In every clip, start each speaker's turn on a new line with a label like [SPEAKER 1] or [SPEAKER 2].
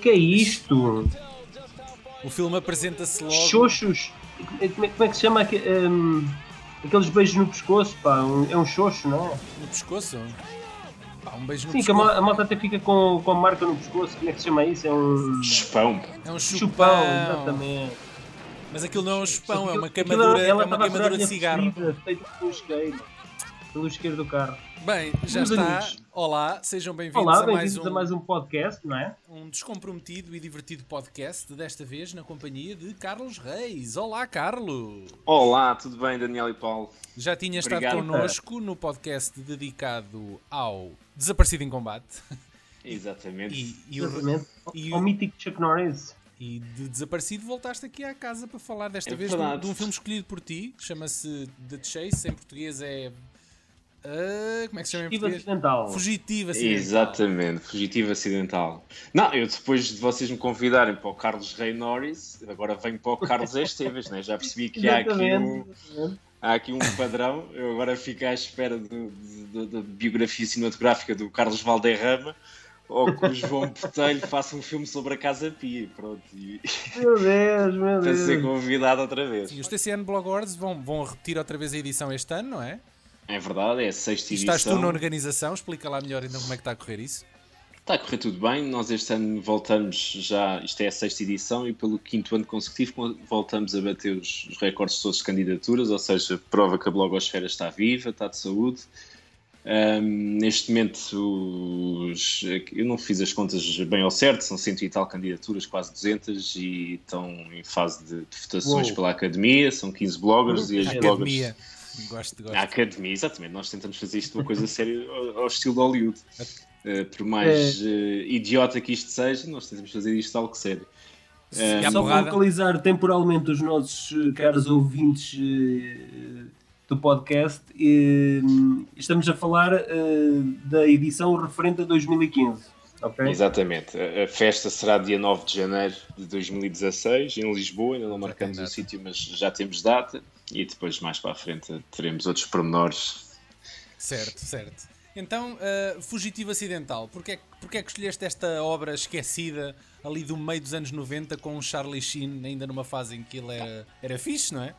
[SPEAKER 1] que é
[SPEAKER 2] um
[SPEAKER 1] isto?
[SPEAKER 2] O filme apresenta-se logo.
[SPEAKER 1] Xoxos. Como é, como é que se chama? aque- hum, aqueles beijos no pescoço, pá. Um- é um xoxo, não é?
[SPEAKER 2] No pescoço? Pá, um beijo no
[SPEAKER 1] Sim, que é a,
[SPEAKER 2] pescoço.
[SPEAKER 1] ma- a malta até fica com, com a marca no pescoço. Como é que se chama isso? É um.
[SPEAKER 3] Chupão.
[SPEAKER 2] É um chupão.
[SPEAKER 1] Chupão, exatamente.
[SPEAKER 2] Mas aquilo não é um chupão, é uma
[SPEAKER 1] Aquilo-
[SPEAKER 2] queimadura,
[SPEAKER 1] aquilo
[SPEAKER 2] é uma
[SPEAKER 1] estava a furar a
[SPEAKER 2] queimadura de
[SPEAKER 1] minha
[SPEAKER 2] cigarro.
[SPEAKER 1] ferida, Feita pelo isqueiro. Pelo isqueiro do carro.
[SPEAKER 2] Bem, já
[SPEAKER 1] Meus
[SPEAKER 2] está.
[SPEAKER 1] amigos.
[SPEAKER 2] Olá, sejam bem-vindos
[SPEAKER 1] Olá,
[SPEAKER 2] a, mais
[SPEAKER 1] bem-vindos
[SPEAKER 2] um,
[SPEAKER 1] a mais um podcast, não é?
[SPEAKER 2] um descomprometido e divertido podcast, desta vez na companhia de Carlos Reis. Olá, Carlos!
[SPEAKER 3] Olá, tudo bem, Daniel e Paulo?
[SPEAKER 2] Já tinha estado
[SPEAKER 3] Obrigado.
[SPEAKER 2] connosco no podcast dedicado ao Desaparecido em Combate
[SPEAKER 3] Exatamente.
[SPEAKER 2] e, e o-
[SPEAKER 1] Exatamente.
[SPEAKER 2] e
[SPEAKER 1] Ao
[SPEAKER 2] o-
[SPEAKER 1] mítico Chuck Norris.
[SPEAKER 2] e de Desaparecido voltaste aqui à casa para falar desta
[SPEAKER 3] É
[SPEAKER 2] vez de, um-
[SPEAKER 3] verdade.
[SPEAKER 2] de um filme escolhido por ti, que chama-se The Chase, em português é... ah, como é que se chama em
[SPEAKER 1] Estive
[SPEAKER 2] português?
[SPEAKER 1] acidental.
[SPEAKER 2] Fugitiva, sim.
[SPEAKER 3] Exatamente, fugitivo acidental. Não, eu depois de vocês me convidarem para o Carlos Rei Norris, agora venho para o Carlos Esteves, né? já percebi que há aqui, um,
[SPEAKER 1] exatamente.
[SPEAKER 3] há aqui um padrão. Eu agora fico à espera do- do- da biografia cinematográfica do Carlos Valderrama ou que o João Botelho faça um filme sobre a Casa Pia. Pronto, e
[SPEAKER 1] Meu Deus, meu
[SPEAKER 3] para ser
[SPEAKER 1] Deus.
[SPEAKER 3] convidado outra vez.
[SPEAKER 2] Sim, os TCN Blog Awards vão, vão repetir outra vez a edição este ano, não é?
[SPEAKER 3] É verdade, é a sexta
[SPEAKER 2] E
[SPEAKER 3] edição.
[SPEAKER 2] estás tu na organização, explica lá melhor então como é que está a correr isso.
[SPEAKER 3] Está Tá a correr tudo bem, nós este ano voltamos já, isto é a sexta edição e pelo quinto ano consecutivo voltamos a bater os, os recordes todos de candidaturas, ou seja, prova que a blogosfera está viva, está de saúde. Ahm, neste momento os- eu não fiz as contas bem ao certo, são cento e tal candidaturas, quase 200 e estão em fase de, de votações
[SPEAKER 1] Uou.
[SPEAKER 3] pela academia, são 15 bloggers e as bloggers...
[SPEAKER 2] Academia. Gosto,
[SPEAKER 3] A
[SPEAKER 2] gosto.
[SPEAKER 3] academia, exatamente. Nós tentamos fazer isto uma coisa séria ao, ao estilo de Hollywood. Uh, por mais
[SPEAKER 2] É.
[SPEAKER 3] uh, idiota que isto seja, nós tentamos fazer isto algo sério.
[SPEAKER 2] E
[SPEAKER 1] Só para
[SPEAKER 2] à É, porrada.
[SPEAKER 1] localizar temporalmente os nossos eh, caros ouvintes eh, do podcast, eh, estamos a falar eh, da edição referente a 2015. Ok?
[SPEAKER 3] Exatamente. A, a festa será dia 9 de janeiro de 2016, em Lisboa. Ainda não marcamos
[SPEAKER 2] tem
[SPEAKER 3] o
[SPEAKER 2] data.
[SPEAKER 3] sítio, mas já temos data. E depois, mais para a frente, teremos outros pormenores.
[SPEAKER 2] Certo, certo. Então, ah, Fugitivo Acidental, porquê, é que- porquê é que escolheste esta obra esquecida ali do meio dos anos 90 com o Charlie Sheen, ainda numa fase em que ele era, era fixe, não é?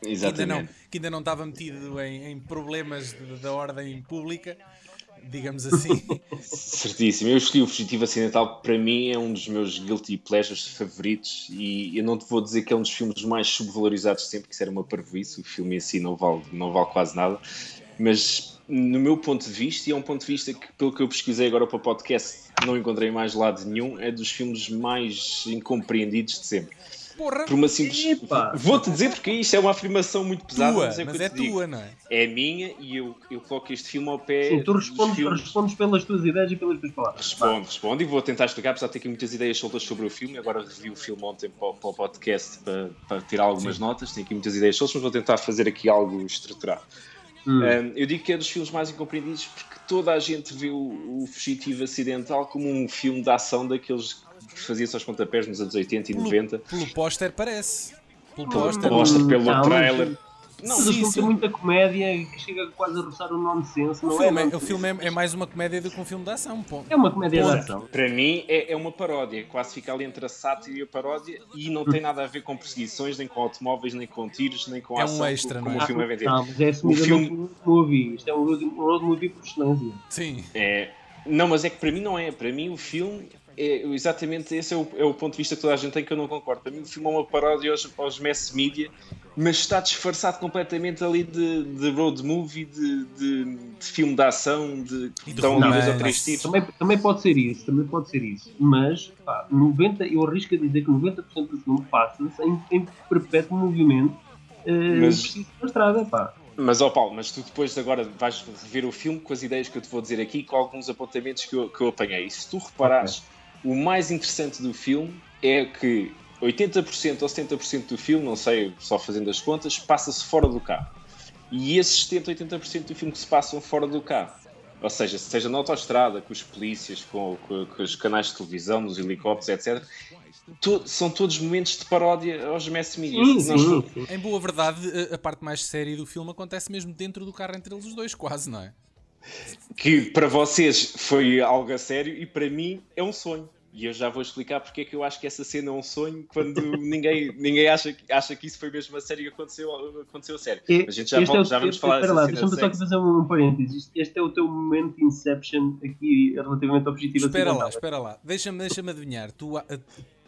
[SPEAKER 2] Que ainda não,
[SPEAKER 3] Exatamente.
[SPEAKER 2] que ainda não estava metido em, em problemas de- da ordem pública, digamos assim.
[SPEAKER 3] Certíssimo. Eu escolhi o Fugitivo Acidental, para mim é um dos meus guilty pleasures favoritos e eu não te vou dizer que é um dos filmes mais subvalorizados de sempre, que isso era uma parvoíce, o filme em si não vale, não vale quase nada, mas no meu ponto de vista, e é um ponto de vista que pelo que eu pesquisei agora para o podcast não encontrei mais lado nenhum, é dos filmes mais incompreendidos de sempre.
[SPEAKER 2] Porra,
[SPEAKER 3] Por uma simples...
[SPEAKER 1] Epa.
[SPEAKER 3] Vou-te dizer porque isto é uma afirmação muito pesada,
[SPEAKER 2] tua,
[SPEAKER 3] mas é, o que
[SPEAKER 2] mas
[SPEAKER 3] eu
[SPEAKER 2] é
[SPEAKER 3] te digo.
[SPEAKER 2] tua, não é?
[SPEAKER 3] É minha e eu, eu coloco este filme ao pé
[SPEAKER 1] Sim, tu
[SPEAKER 3] dos
[SPEAKER 1] respondes,
[SPEAKER 3] filmes-
[SPEAKER 1] respondes pelas tuas ideias e pelas tuas palavras.
[SPEAKER 3] Respondo, respondo e vou tentar explicar, apesar de ter aqui muitas ideias soltas sobre o filme. Agora revi o filme ontem para, o- para o podcast para, para tirar algumas notas. Tenho aqui muitas ideias soltas, mas vou tentar fazer aqui algo estruturado.
[SPEAKER 1] Hum.
[SPEAKER 3] Um, eu digo que é dos filmes mais incompreendidos porque toda a gente vê o, o Fugitivo Acidental como um filme de ação daqueles que fazia-se aos pontapés nos anos 80 e 90.
[SPEAKER 2] Pelo póster parece. Pelo
[SPEAKER 3] Pelo
[SPEAKER 2] póster.
[SPEAKER 3] póster, pelo
[SPEAKER 1] Não, mas-
[SPEAKER 3] trailer.
[SPEAKER 1] Não,
[SPEAKER 3] Não,
[SPEAKER 1] mas o
[SPEAKER 2] sim,
[SPEAKER 1] filme
[SPEAKER 2] sim.
[SPEAKER 1] tem muita comédia que chega quase a roçar o nonsense,
[SPEAKER 2] O
[SPEAKER 1] não é?
[SPEAKER 2] filme, é, o
[SPEAKER 1] nonsense.
[SPEAKER 2] filme é- é mais uma comédia do que um filme de ação. Pô.
[SPEAKER 1] É uma comédia de
[SPEAKER 2] Porra.
[SPEAKER 1] ação.
[SPEAKER 3] Para mim é, é uma paródia, quase fica ali entre a sátira e a paródia e não tem nada a ver com perseguições, nem com automóveis, nem com tiros, nem com
[SPEAKER 2] É um
[SPEAKER 3] ação,
[SPEAKER 2] extra,
[SPEAKER 3] como
[SPEAKER 2] não é?
[SPEAKER 3] o filme é vendido.
[SPEAKER 1] Não, mas é assumidamente
[SPEAKER 3] filme-
[SPEAKER 1] um road movie. Isto é um road, um road movie por excelência.
[SPEAKER 2] Sim.
[SPEAKER 3] É, não, mas é que para mim não é. Para mim o filme é exatamente esse é o, é o ponto de vista que toda a gente tem que eu não concordo. Para mim o filme é uma paródia aos, aos mass media, mas está disfarçado completamente ali de, de road movie, de, de- de filme de ação, de
[SPEAKER 2] E
[SPEAKER 3] que
[SPEAKER 2] de
[SPEAKER 3] dão ali dois ou
[SPEAKER 2] romance.
[SPEAKER 3] três tiros.
[SPEAKER 1] Também, também pode ser isso, também pode ser isso. Mas, pá, 90, eu arrisco a dizer que 90% do filme passa-se em, em perpétuo movimento. eh,
[SPEAKER 3] Mas-
[SPEAKER 1] preciso de uma estrada, pá.
[SPEAKER 3] Mas, ó Paulo, mas tu depois de agora vais rever o filme com as ideias que eu te vou dizer aqui, com alguns apontamentos que eu, que eu apanhei. E se tu reparares, o mais interessante do filme é que 80% ou 70% do filme, não sei, só fazendo as contas, passa-se fora do carro. E esses 70, 80% do filme que se passam fora do carro. Ou seja, seja na autoestrada, com os polícias, com, com- com os canais de televisão, nos helicópteros, etc. to- são todos momentos de paródia aos mass media.
[SPEAKER 1] Sim,
[SPEAKER 3] Nós-
[SPEAKER 1] sim, sim.
[SPEAKER 2] Em boa verdade, eh, a- a parte mais séria do filme acontece mesmo dentro do carro entre eles os dois, quase, não é?
[SPEAKER 3] que para vocês foi algo a sério e para mim é um sonho. E eu já vou explicar porque é que eu acho que essa cena é um sonho quando ninguém, ninguém acha, que- acha que isso foi mesmo a série e aconteceu, aconteceu a sério.
[SPEAKER 4] E-
[SPEAKER 3] A gente já,
[SPEAKER 4] este
[SPEAKER 3] vol-
[SPEAKER 4] é o-
[SPEAKER 3] já vamos
[SPEAKER 4] este-
[SPEAKER 3] falar assim
[SPEAKER 4] Espera lá,
[SPEAKER 3] dessa cena.
[SPEAKER 4] deixa-me
[SPEAKER 3] de
[SPEAKER 4] só aqui
[SPEAKER 3] sexo.
[SPEAKER 4] fazer um parênteses. Isto- Este é o teu momento de Inception aqui relativamente ao objetivo
[SPEAKER 2] Espera lá,
[SPEAKER 4] acidental.
[SPEAKER 2] espera lá. Deixa-me deixa adivinhar. Tu, a-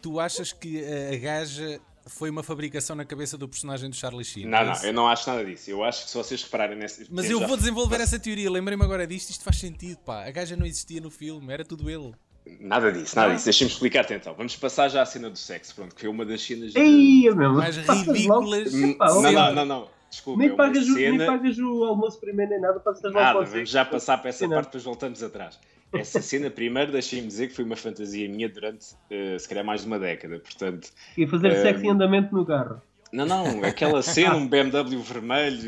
[SPEAKER 2] tu achas que a gaja foi uma fabricação na cabeça do personagem do Charlie Sheen?
[SPEAKER 3] Não,
[SPEAKER 2] é
[SPEAKER 3] não,
[SPEAKER 2] isso?
[SPEAKER 3] eu não acho nada disso. Eu acho que se vocês repararem nessa.
[SPEAKER 2] Mas
[SPEAKER 3] Sim,
[SPEAKER 2] eu
[SPEAKER 3] já-
[SPEAKER 2] vou desenvolver essa teoria. Lembrei-me agora disto. Isto faz sentido, pá. A gaja não existia no filme. Era tudo ele.
[SPEAKER 3] Nada disso, nada disso. Deixa-me explicar-te então. Vamos passar já à cena do sexo, pronto, que foi uma das cenas. de-
[SPEAKER 4] Ei, é meu,
[SPEAKER 2] Mais
[SPEAKER 4] passas
[SPEAKER 2] ridículas.
[SPEAKER 4] logo- Epá,
[SPEAKER 3] não,
[SPEAKER 4] olha,
[SPEAKER 3] não, não, não. Desculpa. é
[SPEAKER 4] Nem
[SPEAKER 3] uma
[SPEAKER 4] pagas, o, nem
[SPEAKER 3] cena-
[SPEAKER 4] pagas o almoço primeiro nem nada, passas logo
[SPEAKER 3] Nada,
[SPEAKER 4] para o
[SPEAKER 3] vamos
[SPEAKER 4] sexo.
[SPEAKER 3] já passar para essa
[SPEAKER 4] Sim, não.
[SPEAKER 3] parte, depois voltamos atrás. Essa cena, primeiro, deixem-me dizer que foi uma fantasia minha durante, eh, se calhar, mais de uma década. Portanto,
[SPEAKER 4] E fazer
[SPEAKER 3] Eh,
[SPEAKER 4] sexo em andamento no carro.
[SPEAKER 3] não, não, aquela cena, um BMW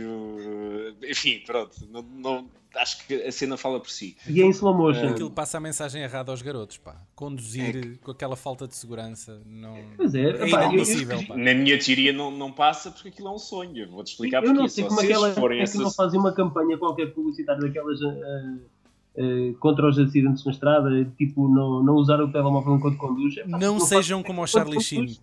[SPEAKER 3] vermelho, eh, enfim, pronto. Não, não- acho que a cena fala por si.
[SPEAKER 4] E é em slow motion.
[SPEAKER 2] Aquilo passa a mensagem errada aos garotos, pá.
[SPEAKER 3] É
[SPEAKER 2] Conduzir com aquela falta de segurança. Não...
[SPEAKER 4] Pois é,
[SPEAKER 2] É
[SPEAKER 4] epá, eu-
[SPEAKER 2] inadmissível, pá.
[SPEAKER 3] Na minha teoria, não, não passa porque aquilo é um sonho. Eu Vou-te explicar
[SPEAKER 4] eu
[SPEAKER 3] porque
[SPEAKER 4] não
[SPEAKER 3] se
[SPEAKER 4] sei como é
[SPEAKER 3] vocês
[SPEAKER 4] que ela
[SPEAKER 3] forem
[SPEAKER 4] é que não
[SPEAKER 3] essas-
[SPEAKER 4] fazem uma campanha qualquer publicitária daquelas ah, ah, contra os acidentes na estrada, tipo não, não usar o telemóvel enquanto conduz. é Epá,
[SPEAKER 2] Não
[SPEAKER 4] faz-
[SPEAKER 2] sejam como o Charlie
[SPEAKER 4] enquanto
[SPEAKER 2] Sheen.
[SPEAKER 4] conduz,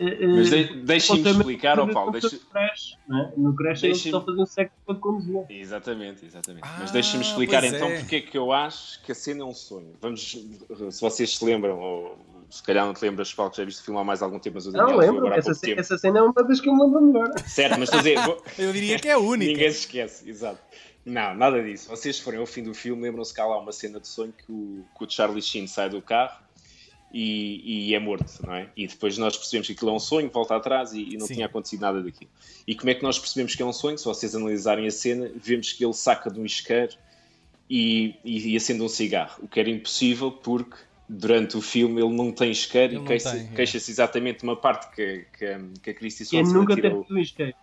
[SPEAKER 4] ah, ah,
[SPEAKER 3] Mas de- deixem-me
[SPEAKER 4] supostamente,
[SPEAKER 3] explicar, ó
[SPEAKER 4] no
[SPEAKER 3] Paulo.
[SPEAKER 4] crash,
[SPEAKER 3] Deixa...
[SPEAKER 4] não é? No crash eles
[SPEAKER 3] Deixa-me-
[SPEAKER 4] só faziam sexo enquanto conduziam.
[SPEAKER 3] Exatamente, exatamente. Mas
[SPEAKER 2] Ah,
[SPEAKER 3] deixa-me explicar
[SPEAKER 2] pois
[SPEAKER 3] então
[SPEAKER 2] é.
[SPEAKER 3] porque é que eu acho que a cena é um sonho. Vamos, se vocês se lembram, ou se calhar não te lembras, Paulo, que já viste o filme há mais algum tempo, mas o Daniel
[SPEAKER 4] Não,
[SPEAKER 3] viu
[SPEAKER 4] lembro,
[SPEAKER 3] agora há
[SPEAKER 4] essa,
[SPEAKER 3] pouco
[SPEAKER 4] ce-
[SPEAKER 3] tempo.
[SPEAKER 4] essa cena é uma das que eu me lembro melhor.
[SPEAKER 3] Certo, mas estou a dizer, vou-
[SPEAKER 2] Eu diria que é a única.
[SPEAKER 3] ninguém se esquece, exato. Não, nada disso. Vocês forem ao fim do filme, lembram-se que há lá uma cena de sonho que o, que o Charlie Sheen sai do carro e, e é morto, não é? E depois nós percebemos que aquilo é um sonho, volta atrás e, e não
[SPEAKER 2] Sim.
[SPEAKER 3] tinha acontecido nada daquilo. E como é que nós percebemos que é um sonho? Se vocês analisarem a cena, vemos que ele saca de um isqueiro e, e, e acende um cigarro, o que era impossível porque durante o filme ele não tem isqueiro
[SPEAKER 2] Ele
[SPEAKER 3] e
[SPEAKER 2] não
[SPEAKER 3] queixa-
[SPEAKER 2] tem, é.
[SPEAKER 3] queixa-se exatamente de uma parte que, que, que a Christy
[SPEAKER 4] Que é
[SPEAKER 3] Swanson
[SPEAKER 4] nunca
[SPEAKER 3] atirou-
[SPEAKER 4] teve um isqueiro.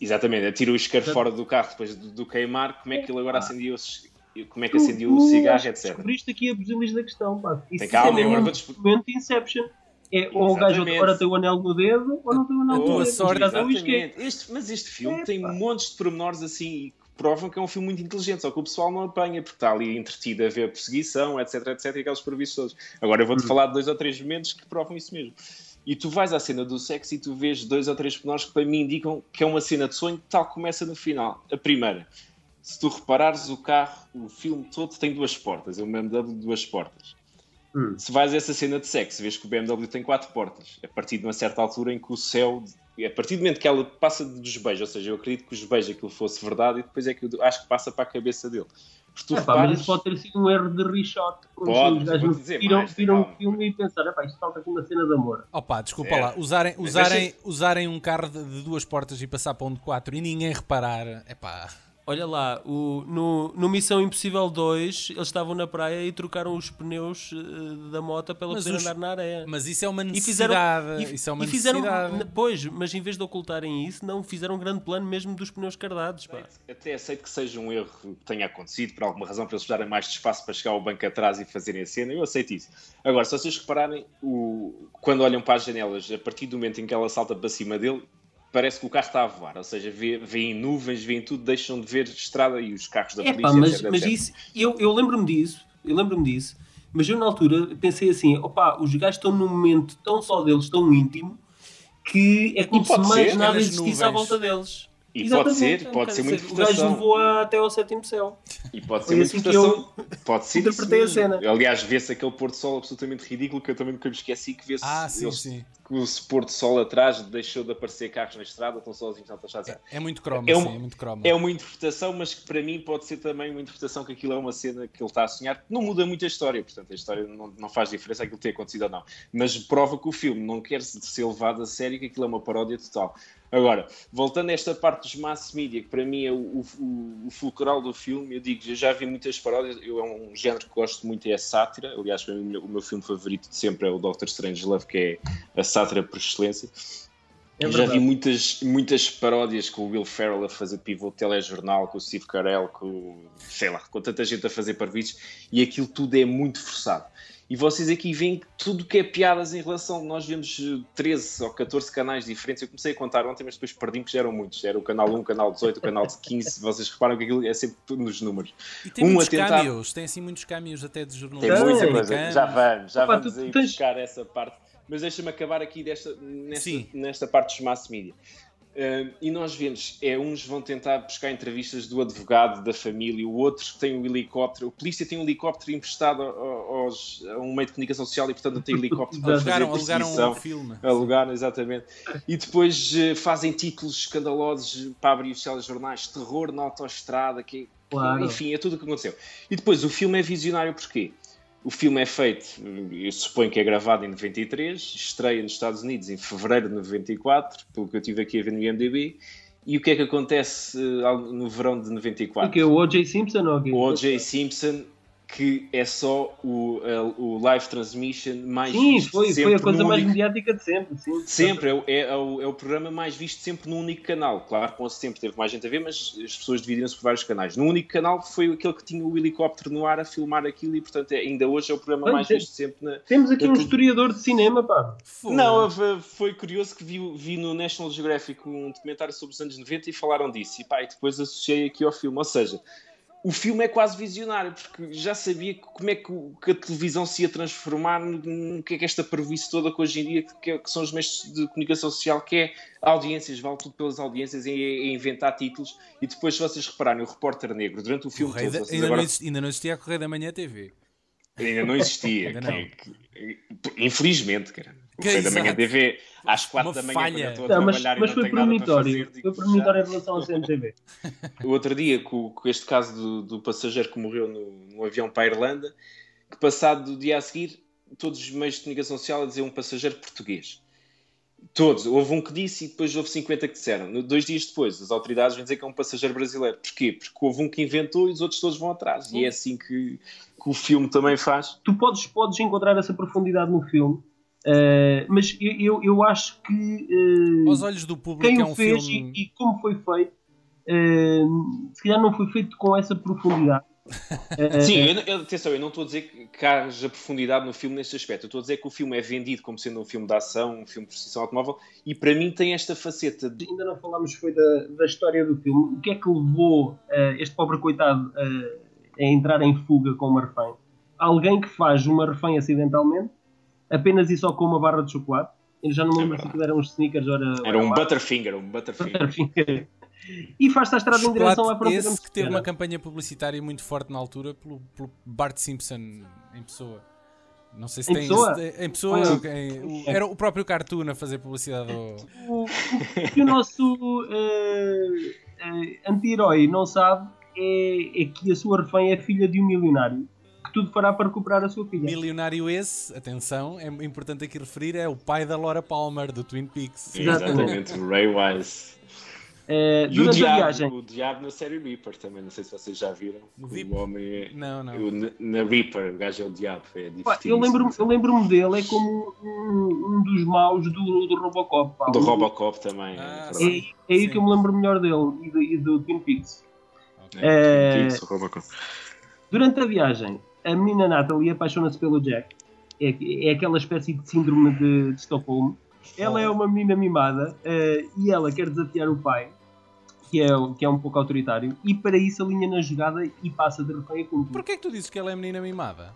[SPEAKER 3] Exatamente, atira o isqueiro
[SPEAKER 4] Portanto-
[SPEAKER 3] fora do carro depois do, do queimar, como é que ele agora
[SPEAKER 4] Ah.
[SPEAKER 3] acendia o, ci- como é que acendia o cigarro, etc.
[SPEAKER 4] Descobriste aqui a busilis da questão, pá. Isso
[SPEAKER 3] Tem calma,
[SPEAKER 4] é
[SPEAKER 3] agora
[SPEAKER 4] um
[SPEAKER 3] vou te expl-
[SPEAKER 4] momento de Inception. É, ou o gajo
[SPEAKER 3] Exatamente.
[SPEAKER 4] ora tem o anel no dedo, ou não tem o anel
[SPEAKER 2] A
[SPEAKER 4] no
[SPEAKER 2] tua
[SPEAKER 4] dedo.
[SPEAKER 2] sorte,
[SPEAKER 4] Neste caso é o
[SPEAKER 3] Exatamente.
[SPEAKER 4] isqueiro.
[SPEAKER 3] Este- mas este filme
[SPEAKER 4] Epá.
[SPEAKER 3] tem montes de pormenores assim que provam que é um filme muito inteligente, só que o pessoal não apanha porque está ali entretido a ver a perseguição, etc, etc, e aqueles previstos todos. Agora eu vou-te falar de dois ou três momentos que provam isso mesmo. E tu vais à cena do sexo e tu vês dois ou três pormenores que para mim indicam que é uma cena de sonho, tal como essa no final. A primeira, se tu reparares o carro, o filme todo tem duas portas, é um BMW de duas portas.
[SPEAKER 4] Hum.
[SPEAKER 3] Se vais a essa cena de sexo, vês que o BMW tem quatro portas, a partir de uma certa altura em que o céu, a partir do momento que ela passa dos beijos, ou seja, eu acredito que os beijos aquilo fosse verdade e depois é que eu acho que passa para a cabeça dele. Porque tu
[SPEAKER 4] É, pá, mas
[SPEAKER 3] reparas,
[SPEAKER 4] isso pode ter sido um erro de reshot. Quando
[SPEAKER 3] Pode,
[SPEAKER 4] os
[SPEAKER 3] vou
[SPEAKER 4] gajos
[SPEAKER 3] dizer
[SPEAKER 4] viram,
[SPEAKER 3] mais, tem
[SPEAKER 4] viram o
[SPEAKER 3] calma.
[SPEAKER 4] um filme e pensaram, "Epá, isto falta aqui uma cena de amor.
[SPEAKER 2] Opa, desculpa
[SPEAKER 3] É.
[SPEAKER 2] lá, usarem,
[SPEAKER 3] Mas
[SPEAKER 2] usarem, usarem um carro de, de duas portas e passar para um de quatro e ninguém reparar, é pá.
[SPEAKER 1] Olha lá, o- no, no Missão Impossível 2, eles estavam na praia e trocaram os pneus eh, da moto para ela
[SPEAKER 2] Mas
[SPEAKER 1] poder
[SPEAKER 2] os-
[SPEAKER 1] andar na areia.
[SPEAKER 2] Mas isso é uma
[SPEAKER 1] E fizeram,
[SPEAKER 2] necessidade.
[SPEAKER 1] e-
[SPEAKER 2] isso é uma
[SPEAKER 1] e fizeram-
[SPEAKER 2] necessidade.
[SPEAKER 1] Pois, mas em vez de ocultarem isso, não fizeram um grande plano mesmo dos pneus cardados. Pá.
[SPEAKER 3] até aceito que seja um erro que tenha acontecido, por alguma razão, para eles darem mais espaço para chegar ao banco atrás e fazerem a cena, eu aceito isso. Agora, se vocês repararem, o- quando olham para as janelas, a partir do momento em que ela salta para cima dele, parece que o carro está a voar, ou seja, vê- veem nuvens, veem tudo, deixam de ver estrada e os carros da
[SPEAKER 1] É,
[SPEAKER 3] polícia.
[SPEAKER 1] pá, mas,
[SPEAKER 3] etc,
[SPEAKER 1] mas
[SPEAKER 3] etc.
[SPEAKER 1] isso, eu, eu lembro-me disso, eu lembro-me disso, mas eu na altura pensei assim, opá, os gajos estão num momento tão só deles, tão íntimo, que é como se
[SPEAKER 3] pode
[SPEAKER 1] mais
[SPEAKER 3] ser,
[SPEAKER 1] nada
[SPEAKER 2] aquelas
[SPEAKER 1] existisse à
[SPEAKER 2] nuvens.
[SPEAKER 1] volta deles.
[SPEAKER 3] E pode
[SPEAKER 1] Exatamente,
[SPEAKER 3] ser,
[SPEAKER 1] é um
[SPEAKER 3] pode ser
[SPEAKER 1] bocado
[SPEAKER 3] uma
[SPEAKER 1] isso. O gajo
[SPEAKER 3] interpretação.
[SPEAKER 1] levou até ao sétimo céu.
[SPEAKER 3] E pode ser
[SPEAKER 4] Foi
[SPEAKER 3] uma
[SPEAKER 4] assim que
[SPEAKER 3] interpretação. Pode ser. isso
[SPEAKER 4] interpretei a
[SPEAKER 3] mesmo.
[SPEAKER 4] cena.
[SPEAKER 3] Aliás, vê-se aquele pôr do sol absolutamente ridículo que eu também nunca me esqueci que vê-se
[SPEAKER 2] Ah, sim,
[SPEAKER 3] eles-
[SPEAKER 2] sim.
[SPEAKER 3] que o se pôr do sol atrás deixou de aparecer carros na estrada, estão sozinhos na estrada.
[SPEAKER 2] É muito croma,
[SPEAKER 3] É um-
[SPEAKER 2] sim, é muito croma.
[SPEAKER 3] É uma interpretação, mas que para mim pode ser também uma interpretação que aquilo é uma cena que ele está a sonhar. Não muda muito a história, portanto, a história não, não faz diferença aquilo ter acontecido ou não. Mas prova que o filme não quer se- ser levado a sério, que aquilo é uma paródia total. Agora, voltando a esta parte dos mass media, que para mim é o, o, o- o fulcral do filme, eu digo, eu já vi muitas paródias, eu é um género que gosto muito, é a sátira. Aliás, para mim, o meu- o meu filme favorito de sempre é o Doctor Strange Love, que é a sátira por excelência.
[SPEAKER 4] É
[SPEAKER 3] Eu já vi
[SPEAKER 4] verdade.
[SPEAKER 3] muitas, muitas paródias com o Will Ferrell a fazer pivô de telejornal, com o Steve Carell, com, o- sei lá, com tanta gente a fazer parvícios, e aquilo tudo é muito forçado. E vocês aqui veem tudo que é piadas em relação. Nós vemos 13 ou 14 canais diferentes. Eu comecei a contar ontem, mas depois perdi-me, porque já eram muitos. Era o canal 1, o canal 18, o canal 15. Vocês reparam que aquilo é sempre tudo nos números. Um
[SPEAKER 2] E tem muitos cameos, tem assim muitos cameos até de
[SPEAKER 3] Tem
[SPEAKER 2] jornalistas.
[SPEAKER 3] muita
[SPEAKER 2] americanos.
[SPEAKER 3] coisa. Já vamos, já
[SPEAKER 1] Opa,
[SPEAKER 3] vamos
[SPEAKER 1] tu
[SPEAKER 3] aí
[SPEAKER 1] tens-
[SPEAKER 3] buscar essa parte. Mas deixa-me acabar aqui desta, nesta,
[SPEAKER 2] Sim.
[SPEAKER 3] nesta parte dos mass media. Um, e nós vemos, é uns vão tentar buscar entrevistas do advogado, da família, o outro tem um helicóptero, o polícia tem um helicóptero emprestado ao- ao- aos- a um meio de comunicação social e portanto não tem helicóptero para fazer
[SPEAKER 2] Alugaram, alugaram um
[SPEAKER 3] perseguição.
[SPEAKER 2] filme.
[SPEAKER 3] Alugaram, exatamente. E depois eh, fazem títulos escandalosos para abrir os telejornais, terror na autoestrada, que,
[SPEAKER 1] Claro.
[SPEAKER 3] enfim, é tudo o que aconteceu. E depois, o filme é visionário porquê? O filme é feito, eu suponho que é gravado em 93, estreia nos Estados Unidos em fevereiro de 94, pelo que eu estive aqui a ver no IMDb. E o que é que acontece eh, ao- no verão de 94?
[SPEAKER 1] O quê? O O.J. Simpson ou o quê?
[SPEAKER 3] O O.J. Simpson, que é só o, a- o live transmission mais
[SPEAKER 1] Sim,
[SPEAKER 3] visto
[SPEAKER 1] foi, foi
[SPEAKER 3] sempre
[SPEAKER 1] a coisa
[SPEAKER 3] no
[SPEAKER 1] mais
[SPEAKER 3] único-
[SPEAKER 1] mediática de sempre. Sim.
[SPEAKER 3] Sempre, é, o- é- é o, é o programa mais visto sempre num único canal. Claro, com esse tempo teve mais gente a ver, mas as pessoas dividiram-se por vários canais. Num único canal foi aquele que tinha o helicóptero no ar a filmar aquilo e, portanto, é- ainda hoje é o programa
[SPEAKER 1] Pois
[SPEAKER 3] mais
[SPEAKER 1] é.
[SPEAKER 3] visto sempre na...
[SPEAKER 1] Temos aqui
[SPEAKER 3] Eu
[SPEAKER 1] um
[SPEAKER 3] tô-
[SPEAKER 1] historiador de cinema, pá.
[SPEAKER 2] Fogo.
[SPEAKER 3] Não, eu- foi curioso que vi, vi no National Geographic um documentário sobre os anos 90 e falaram disso. E, pá, e depois associei aqui ao filme. Ou seja, o filme é quase visionário, porque já sabia que- como é que, o- que a televisão se ia transformar no- no que é que esta previce toda que hoje em dia que, é- que são os meios de comunicação social, que é audiências, vale tudo pelas audiências, e, e inventar títulos. E depois, se vocês repararem, o repórter negro, durante o um filme
[SPEAKER 2] Correio
[SPEAKER 3] todo,
[SPEAKER 2] da-
[SPEAKER 3] vocês
[SPEAKER 2] ainda,
[SPEAKER 3] agora
[SPEAKER 2] não existia, ainda não existia a Correio da Manhã TV.
[SPEAKER 3] Ainda não existia.
[SPEAKER 2] Ainda
[SPEAKER 3] que-
[SPEAKER 2] não.
[SPEAKER 3] que- infelizmente, cara. O
[SPEAKER 2] Que
[SPEAKER 3] Correio da Manhã
[SPEAKER 2] exato.
[SPEAKER 3] TV às 4
[SPEAKER 2] Uma
[SPEAKER 3] da manhã
[SPEAKER 2] falha.
[SPEAKER 3] quando eu estou a
[SPEAKER 1] Não, Tá, mas,
[SPEAKER 3] trabalhar e
[SPEAKER 1] mas
[SPEAKER 3] não
[SPEAKER 1] foi
[SPEAKER 3] tenho nada para fazer.
[SPEAKER 1] premonitório.
[SPEAKER 3] digo
[SPEAKER 1] Foi
[SPEAKER 3] já.
[SPEAKER 1] premonitório em relação ao CMTV.
[SPEAKER 3] O outro dia, com, com este caso do, do passageiro que morreu no, no avião para a Irlanda, que passado do dia a seguir, todos os meios de comunicação social a dizer um passageiro português. Todos. Houve um que disse e depois houve 50 que disseram. No- Dois dias depois, as autoridades vêm dizer que é um passageiro brasileiro. Porquê? Porque houve um que inventou e os outros todos vão atrás.
[SPEAKER 2] Hum.
[SPEAKER 3] E é assim que, que o filme também faz.
[SPEAKER 1] Tu podes, podes encontrar essa profundidade no filme, eh, mas eu, eu, eu acho que eh,
[SPEAKER 2] Aos olhos do público
[SPEAKER 1] quem
[SPEAKER 2] é
[SPEAKER 1] o
[SPEAKER 2] um
[SPEAKER 1] fez
[SPEAKER 2] filme.
[SPEAKER 1] e, e como foi feito, eh, se calhar não foi feito com essa profundidade. Eh,
[SPEAKER 3] Sim, eu, eu- atenção, eu não estou a dizer que que haja profundidade no filme neste aspecto. Eu estou a dizer que o filme é vendido como sendo um filme de ação, um filme de precisão automóvel, e para mim tem esta faceta de.
[SPEAKER 1] eh, ainda não falámos foi da, da história do filme. O que é que levou eh, este pobre coitado eh, a entrar em fuga com uma refém? Alguém que faz uma refém acidentalmente, apenas e só com uma barra de chocolate. Eu já não me
[SPEAKER 3] É
[SPEAKER 1] lembro se aquilo eram uns sneakers ou era,
[SPEAKER 3] Era um
[SPEAKER 1] uma
[SPEAKER 3] Butterfinger, um Butterfinger.
[SPEAKER 1] Butterfinger. E faz-se à estrada é em direção à
[SPEAKER 2] Chocolate
[SPEAKER 1] fronteira
[SPEAKER 2] esse que teve
[SPEAKER 1] mexicana.
[SPEAKER 2] uma campanha publicitária muito forte na altura pelo, pelo Bart Simpson em pessoa. Não sei se
[SPEAKER 1] Em
[SPEAKER 2] tem.
[SPEAKER 1] pessoa?
[SPEAKER 2] se tem- em pessoa
[SPEAKER 1] Ah,
[SPEAKER 2] alguém- o- era o próprio Cartoon a fazer publicidade ao.
[SPEAKER 1] O, o que o nosso eh, eh, anti-herói não sabe é, é que a sua refém é filha de um milionário que tudo fará para recuperar a sua filha.
[SPEAKER 2] Milionário esse, atenção, é importante aqui referir, é o pai da Laura Palmer, do Twin Peaks.
[SPEAKER 3] Exatamente, o Ray Wise.
[SPEAKER 1] Eh,
[SPEAKER 3] E o
[SPEAKER 1] durante a viagem,
[SPEAKER 3] diabo, o diabo na série Reaper também, não sei se vocês já viram.
[SPEAKER 2] No Deep-
[SPEAKER 3] O homem é.
[SPEAKER 2] Não, não.
[SPEAKER 3] o- na- na Reaper, o gajo é o diabo, é
[SPEAKER 1] pá,
[SPEAKER 3] divertido.
[SPEAKER 1] eu lembro-me eu lembro-me dele, é como um, um dos maus do, do Robocop. pá.
[SPEAKER 3] Do Robocop também.
[SPEAKER 2] Ah,
[SPEAKER 3] é
[SPEAKER 1] É,
[SPEAKER 3] verdade.
[SPEAKER 1] é aí
[SPEAKER 2] Sim.
[SPEAKER 1] que eu me lembro melhor dele e do, e do Twin Peaks.
[SPEAKER 3] É,
[SPEAKER 1] é-
[SPEAKER 3] Isso, o Robocop.
[SPEAKER 1] Durante a viagem, a menina Natalie apaixona-se pelo Jack. É, é aquela espécie de síndrome de, de Estocolmo. Ela é uma menina mimada eh, e ela quer desafiar o pai, que é, o- que é um pouco autoritário, e para isso alinha na jogada e passa de refém a cumprir.
[SPEAKER 2] Porquê é que tu dizes que ela é menina mimada?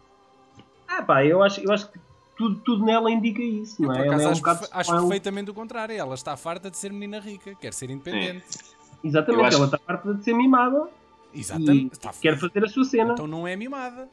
[SPEAKER 1] Ah pá, eu acho, eu acho que tudo, tudo nela indica isso, não
[SPEAKER 2] Por
[SPEAKER 1] é?
[SPEAKER 2] acaso
[SPEAKER 1] Ela é um
[SPEAKER 2] acho,
[SPEAKER 1] bocado
[SPEAKER 2] perfe- acho
[SPEAKER 1] spoiled.
[SPEAKER 2] perfeitamente o contrário. Ela está farta de ser menina rica, quer ser independente.
[SPEAKER 3] Eu
[SPEAKER 1] Exatamente,
[SPEAKER 3] acho-
[SPEAKER 1] ela está farta de ser mimada e
[SPEAKER 2] Exatamente. Está
[SPEAKER 1] quer
[SPEAKER 2] farta.
[SPEAKER 1] fazer a sua cena.
[SPEAKER 2] Então não é mimada.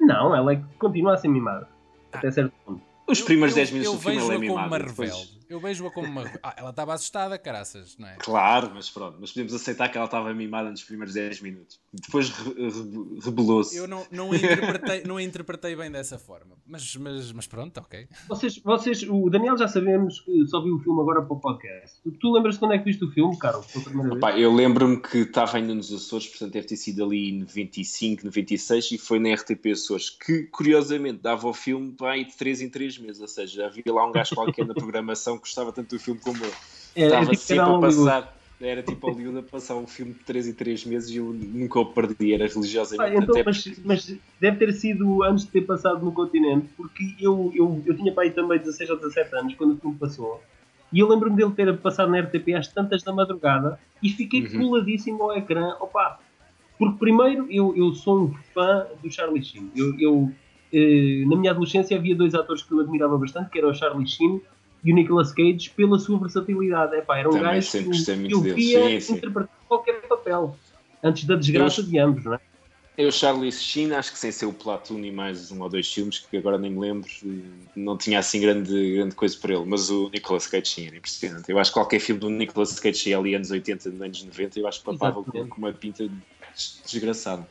[SPEAKER 1] Não, ela é que continua a ser mimada. Até certo ponto.
[SPEAKER 3] Os primeiros
[SPEAKER 2] Eu-
[SPEAKER 3] 10 minutos
[SPEAKER 2] eu
[SPEAKER 3] do filme ele
[SPEAKER 2] vejo-a
[SPEAKER 3] é mimado.
[SPEAKER 2] como uma
[SPEAKER 3] depois-
[SPEAKER 2] rebelde. Eu vejo-a como uma. Ah, ela estava assustada, caraças, não é?
[SPEAKER 3] Claro, mas pronto, mas podemos aceitar que ela estava mimada nos primeiros 10 minutos. Depois re- re- rebelou-se.
[SPEAKER 2] Eu não, não, a interpretei, não a interpretei bem dessa forma. Mas, mas, mas pronto, ok.
[SPEAKER 1] Vocês, vocês, o Daniel já sabemos que só viu o filme agora para o podcast. Tu, tu lembras quando é que viste o filme, Carlos? Pela primeira vez?
[SPEAKER 3] Pá, eu lembro-me que estava ainda nos Açores, portanto deve ter sido ali em 95, 96 e foi na RTP Açores, que curiosamente dava o filme pá, aí de 3 em 3 meses, ou seja, havia lá um gajo qualquer na programação que gostava tanto do filme como eu.
[SPEAKER 1] É, é
[SPEAKER 3] Estava
[SPEAKER 1] tipo
[SPEAKER 3] sempre
[SPEAKER 1] canal
[SPEAKER 3] a
[SPEAKER 1] Hollywood.
[SPEAKER 3] passar. Era tipo Hollywood a passar um filme de 3 e 3 meses e eu nunca o perdi, era religiosamente.
[SPEAKER 1] Pá, então,
[SPEAKER 3] até
[SPEAKER 1] mas, mas deve ter sido antes de ter passado no continente, porque eu, eu, eu tinha para aí também 16 ou 17 anos quando o filme passou. E eu lembro-me dele ter passado na RTP às tantas da madrugada e fiquei
[SPEAKER 3] Uhum.
[SPEAKER 1] coladíssimo ao ecrã. Opa! Porque primeiro eu, eu sou um fã do Charlie Sheen. Eu, eu, eh, na minha adolescência havia dois atores que eu admirava bastante, que era o Charlie Sheen e o Nicolas Cage, pela sua versatilidade. Epá, era um
[SPEAKER 3] Também
[SPEAKER 1] gajo
[SPEAKER 3] sempre
[SPEAKER 1] que
[SPEAKER 3] gostei
[SPEAKER 1] eu-
[SPEAKER 3] muito
[SPEAKER 1] eu
[SPEAKER 3] dele.
[SPEAKER 1] via
[SPEAKER 3] Sim, sim.
[SPEAKER 1] interpretar qualquer papel. Antes da desgraça
[SPEAKER 3] Eu-
[SPEAKER 1] de ambos, não é?
[SPEAKER 3] Eu, Charlie Sheen, acho que sem ser o Platoon e mais um ou dois filmes, que agora nem me lembro, eh, não tinha assim grande, grande coisa para ele. Mas o Nicolas Cage, sim, era impressionante. Eu acho que qualquer filme do Nicolas Cage é ali anos 80, anos 90, eu acho que papava com,
[SPEAKER 1] Exatamente.
[SPEAKER 3] com uma pinta des- desgraçada.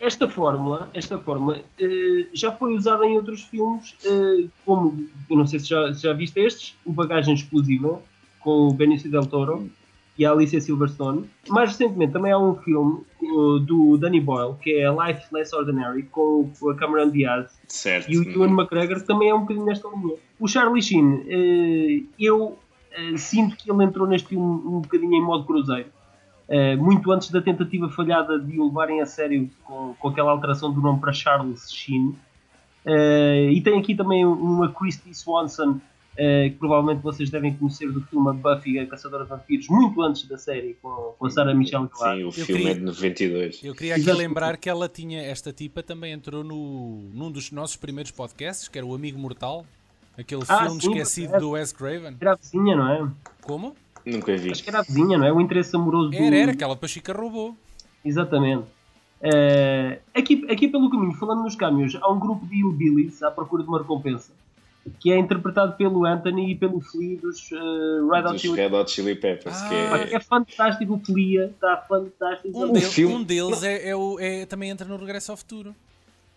[SPEAKER 1] Esta fórmula, esta fórmula eh, já foi usada em outros filmes, eh, como, eu não sei se já, se já viste estes, o Bagagem Explosiva, com o Benicio Del Toro e a Alicia Silverstone. Mais recentemente também há um filme eh, do Danny Boyle, que é Life Less Ordinary, com, com a Cameron Diaz
[SPEAKER 3] Certo.
[SPEAKER 1] e o Ewan McGregor também é um bocadinho nesta linha. O Charlie Sheen, eh, eu eh, sinto que ele entrou neste filme um bocadinho em modo cruzeiro. Eh, muito antes da tentativa falhada de o levarem a sério com, com aquela alteração do nome para Charles Sheen. Eh, e tem aqui também uma Christy Swanson, eh, que provavelmente vocês devem conhecer do filme Buffy, a Caçadora de Vampiros, muito antes da série, com, com a Sarah Michelle Gellar.
[SPEAKER 3] Sim, o
[SPEAKER 2] Eu
[SPEAKER 3] filme
[SPEAKER 2] queria-
[SPEAKER 3] é de 92.
[SPEAKER 2] Eu queria aqui
[SPEAKER 1] Exato.
[SPEAKER 2] lembrar que ela tinha, esta tipa também entrou no, num dos nossos primeiros podcasts, que era o Amigo Mortal, aquele
[SPEAKER 1] Ah,
[SPEAKER 2] filme
[SPEAKER 1] sim,
[SPEAKER 2] esquecido
[SPEAKER 1] é.
[SPEAKER 2] do Wes Craven.
[SPEAKER 1] Era a vizinha, não é?
[SPEAKER 2] Como?
[SPEAKER 3] Nunca vi.
[SPEAKER 1] Acho que era a vizinha, não é? O interesse amoroso do...
[SPEAKER 2] Era, era, aquela Pachica roubou.
[SPEAKER 1] Exatamente. Eh, aqui, aqui pelo caminho, falando nos caminhos, há um grupo de hillbillies à procura de uma recompensa, que é interpretado pelo Anthony e pelo Flea dos eh, Red Hot
[SPEAKER 3] Dos
[SPEAKER 1] Chili
[SPEAKER 3] Red Hot Chili Peppers, que
[SPEAKER 2] Ah.
[SPEAKER 1] Peppers.
[SPEAKER 3] é...
[SPEAKER 1] É fantástico, o Flea está fantástico.
[SPEAKER 2] Um,
[SPEAKER 3] O
[SPEAKER 2] dele-
[SPEAKER 3] filme-
[SPEAKER 2] um deles é, é o- é- também entra no Regresso ao Futuro.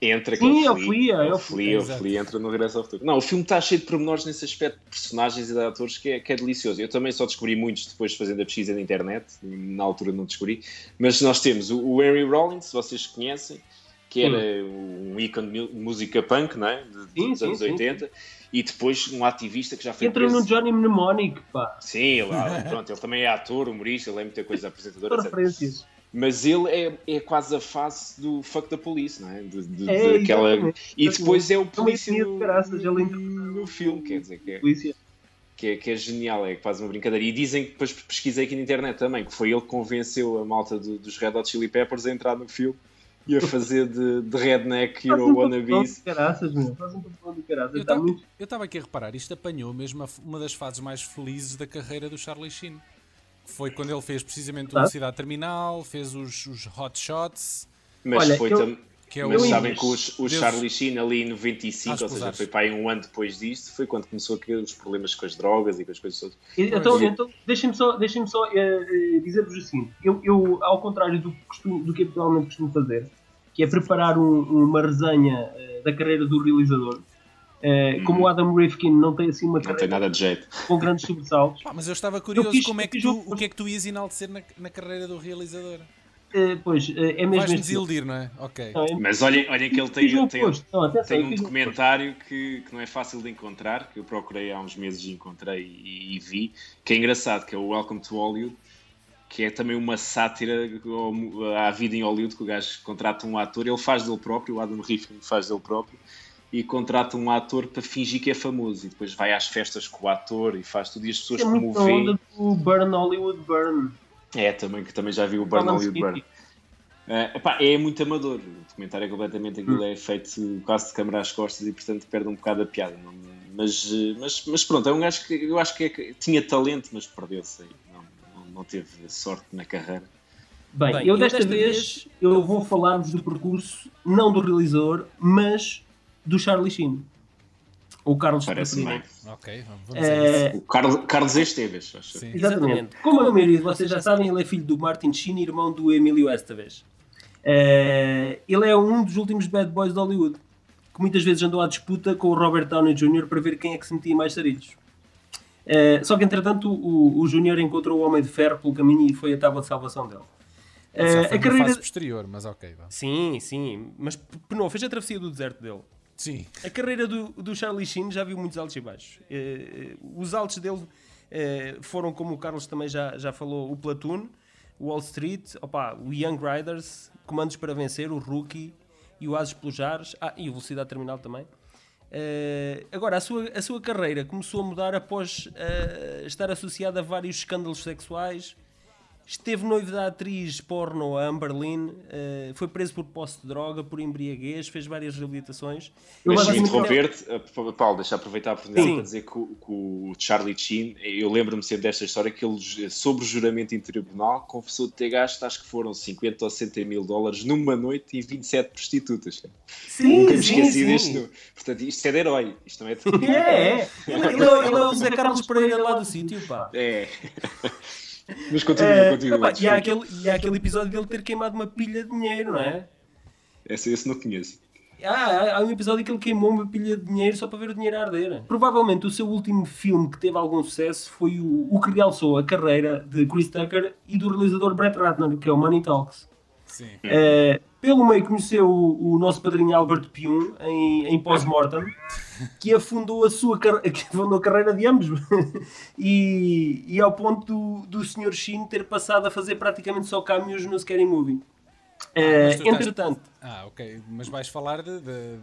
[SPEAKER 3] Entra com
[SPEAKER 1] Sim,
[SPEAKER 3] o
[SPEAKER 1] eu fui,
[SPEAKER 3] Flea.
[SPEAKER 1] eu
[SPEAKER 3] o
[SPEAKER 1] fui,
[SPEAKER 3] Flea, o
[SPEAKER 2] exato.
[SPEAKER 3] Flea entra no Regresso ao Futuro. Não, o filme está cheio de pormenores nesse aspecto de personagens e de atores que é, que é delicioso. Eu também só descobri muitos depois fazendo a pesquisa na internet, na altura não descobri. Mas nós temos o, o Henry Rollins, se vocês conhecem, que era um ícone de mu- música punk, não é? De-
[SPEAKER 1] Hum. Sim,
[SPEAKER 3] dos
[SPEAKER 1] sim,
[SPEAKER 3] anos
[SPEAKER 1] sim,
[SPEAKER 3] 80. E depois um ativista que já
[SPEAKER 2] é
[SPEAKER 3] foi
[SPEAKER 1] Entra no
[SPEAKER 3] preso.
[SPEAKER 1] Johnny Mnemonic, pá.
[SPEAKER 3] Sim, ele, pronto, ele também é ator, humorista, ele é muita coisa, apresentador, etc.
[SPEAKER 1] Referências.
[SPEAKER 3] Mas ele é, é quase a face do fuck da polícia, não é? De, de-
[SPEAKER 1] É,
[SPEAKER 3] daquela-
[SPEAKER 1] exatamente.
[SPEAKER 3] E depois é o polícia
[SPEAKER 1] ironia de
[SPEAKER 3] no,
[SPEAKER 1] graças, ele interpreta
[SPEAKER 3] no filme, quer dizer, que é,
[SPEAKER 1] Polícia.
[SPEAKER 3] que, é, que é genial, é quase uma brincadeira. E dizem que depois pesquisei aqui na internet também, que foi ele que convenceu a malta do- dos Red Hot Chili Peppers a entrar no filme e a fazer de, de redneck
[SPEAKER 1] Faz
[SPEAKER 3] hero
[SPEAKER 1] um papelão
[SPEAKER 3] wannabes.
[SPEAKER 1] de caraças, meu. Faz um papelão de caraças.
[SPEAKER 2] Eu
[SPEAKER 1] Está
[SPEAKER 2] tava-
[SPEAKER 1] muito...
[SPEAKER 2] Eu estava aqui a reparar, isto apanhou mesmo a f- uma das fases mais felizes da carreira do Charlie Sheen. Que foi quando ele fez precisamente o
[SPEAKER 1] Ah.
[SPEAKER 2] Velocidade Terminal, fez os, os Hot Shots,
[SPEAKER 3] Mas
[SPEAKER 1] Olha,
[SPEAKER 3] foi
[SPEAKER 1] eu-
[SPEAKER 3] tam-
[SPEAKER 2] que é
[SPEAKER 3] Mas
[SPEAKER 2] o.
[SPEAKER 3] sabem que os- o,
[SPEAKER 2] Deus.
[SPEAKER 3] Charlie Sheen ali em 95,
[SPEAKER 2] Aos
[SPEAKER 3] ou seja,
[SPEAKER 2] pesares.
[SPEAKER 3] foi para aí um ano depois disto, foi quando começou aqui os problemas com as drogas e com as coisas todas.
[SPEAKER 1] Então,
[SPEAKER 2] Pois.
[SPEAKER 1] então deixem-me só, deixem só eh, eh, dizer-vos assim: eu, eu, ao contrário do que, costumo, do que habitualmente costumo fazer, que é preparar um- uma resenha eh, da carreira do realizador, eh, como o Adam Rifkin não tem assim uma
[SPEAKER 3] Uhum. Não tem
[SPEAKER 1] carreira
[SPEAKER 3] nada de jeito.
[SPEAKER 1] com grandes sobressaltos,
[SPEAKER 2] Pá, mas eu estava curioso
[SPEAKER 1] Eu fiz-
[SPEAKER 2] como é
[SPEAKER 1] eu
[SPEAKER 2] que
[SPEAKER 1] fiz
[SPEAKER 2] tu,
[SPEAKER 1] um-
[SPEAKER 2] o que é que tu ias enaltecer na, na carreira do realizador.
[SPEAKER 1] eh, pois eh, é mesmo.
[SPEAKER 2] Vais-me
[SPEAKER 1] este filme.
[SPEAKER 2] desiludir, não é? Ok.
[SPEAKER 1] Não, é-
[SPEAKER 3] Mas olhem, olhem que ele
[SPEAKER 1] fiz o
[SPEAKER 3] tem, tem,
[SPEAKER 1] oposto. Não, atenção,
[SPEAKER 3] tem
[SPEAKER 1] eu
[SPEAKER 3] um
[SPEAKER 1] fiz o oposto.
[SPEAKER 3] documentário que, que não é fácil de encontrar, que eu procurei há uns meses e encontrei e, e vi, que é engraçado, que é o Welcome to Hollywood, que é também uma sátira ao mu- à vida em Hollywood, que o gajo contrata um ator, ele faz dele próprio, o Adam Rifkin faz dele próprio, e contrata um ator para fingir que é famoso, e depois vai às festas com o ator e faz tudo, e as pessoas
[SPEAKER 1] É muito na
[SPEAKER 3] comovem.
[SPEAKER 1] onda do Burn Hollywood Burn.
[SPEAKER 3] É, também, que também já vi o Burn
[SPEAKER 1] Alan
[SPEAKER 3] Hollywood Burn.
[SPEAKER 1] Smithy.
[SPEAKER 3] Ah, epá, é muito amador. O documentário é completamente aquilo, é feito quase de câmara às costas e, portanto, perde um bocado a piada. Não- mas, eh, mas, mas pronto, é um gajo que eu acho que, é que tinha talento, mas perdeu-se aí. Não, não, não teve sorte na carreira.
[SPEAKER 1] Bem,
[SPEAKER 2] Bem,
[SPEAKER 1] eu desta, vez, eu vou falar-vos do percurso, não do realizador, mas do Charlie Sheen. Ou Carlos
[SPEAKER 3] Parece-me
[SPEAKER 1] Petrino.
[SPEAKER 3] bem.
[SPEAKER 2] Ok, vamos vamos a
[SPEAKER 1] Eh,
[SPEAKER 2] isso.
[SPEAKER 3] O Carlos, Carlos Esteves, acho.
[SPEAKER 2] Sim.
[SPEAKER 1] Exatamente. Como a maioria de vocês já sabem, ele é filho do Martin Sheen, irmão do Emilio Estevez. Eh, ele é um dos últimos bad boys de Hollywood, que muitas vezes andou à disputa com o Robert Downey Jr. para ver quem é que se metia em mais sarilhos. Eh, só que, entretanto, o, o Jr. encontrou o Homem de Ferro pelo caminho e foi a tábua de salvação dele. Eh,
[SPEAKER 2] Só foi
[SPEAKER 1] a
[SPEAKER 2] uma
[SPEAKER 1] carreira...
[SPEAKER 2] fase posterior, mas ok, vá.
[SPEAKER 4] Sim, sim. Mas não, fez a travessia do deserto dele.
[SPEAKER 2] Sim.
[SPEAKER 4] A carreira do, do Charlie Sheen já viu muitos altos e baixos. Eh, eh, os altos dele
[SPEAKER 5] foram, como o Carlos também já, já falou, o Platoon, o Wall Street, opa, o Young Riders, Comandos para Vencer, o Rookie e o Ases pelos Jares, ah, e o Velocidade Terminal também. Uh, agora, a sua, a sua carreira começou a mudar após uh, estar associada a vários escândalos sexuais. Esteve noivo da atriz porno a Amberlin, uh, foi preso por posse de droga, por embriaguez, fez várias reabilitações.
[SPEAKER 3] Deixa-me interromper-te, uh, Paulo, deixa aproveitar a oportunidade Sim. para dizer que, o- que o Charlie Chin, eu lembro-me sempre desta história, que ele, sobre o juramento em tribunal, confessou de ter gasto, acho que foram 50 ou 60 mil dólares numa noite e 27 prostitutas. cara.
[SPEAKER 5] Sim,
[SPEAKER 3] Nunca me esqueci deste. número. Portanto, isto é de herói. Isto não é de...
[SPEAKER 5] É, é. Ele, ele é- ele é o Zé Carlos Pereira lá do sítio, pá.
[SPEAKER 3] É. Mas continua,
[SPEAKER 1] É.
[SPEAKER 5] Eh,
[SPEAKER 3] continua.
[SPEAKER 5] epá, e, há
[SPEAKER 3] desculpa.
[SPEAKER 5] aquele, e há aquele episódio dele ter queimado uma pilha de dinheiro, não é?
[SPEAKER 3] Esse, esse não conheço.
[SPEAKER 5] Há, há um episódio que ele queimou uma pilha de dinheiro só para ver o dinheiro a arder.
[SPEAKER 1] Provavelmente o seu último filme que teve algum sucesso foi o, o que realçou a carreira de Chris Tucker e do realizador Brett Ratner, que é o Money Talks.
[SPEAKER 2] Sim.
[SPEAKER 1] Eh, pelo meio conheceu o, o nosso padrinho Albert Pium em, em pós-mortem, que afundou a sua car- que afundou a carreira de ambos e, e ao ponto do, do Sr. Shin ter passado a fazer praticamente só cameos no Scary Movie. Eh,
[SPEAKER 2] mas tu estás-
[SPEAKER 1] entretanto,
[SPEAKER 2] Ah, ok. Mas vais falar de, de-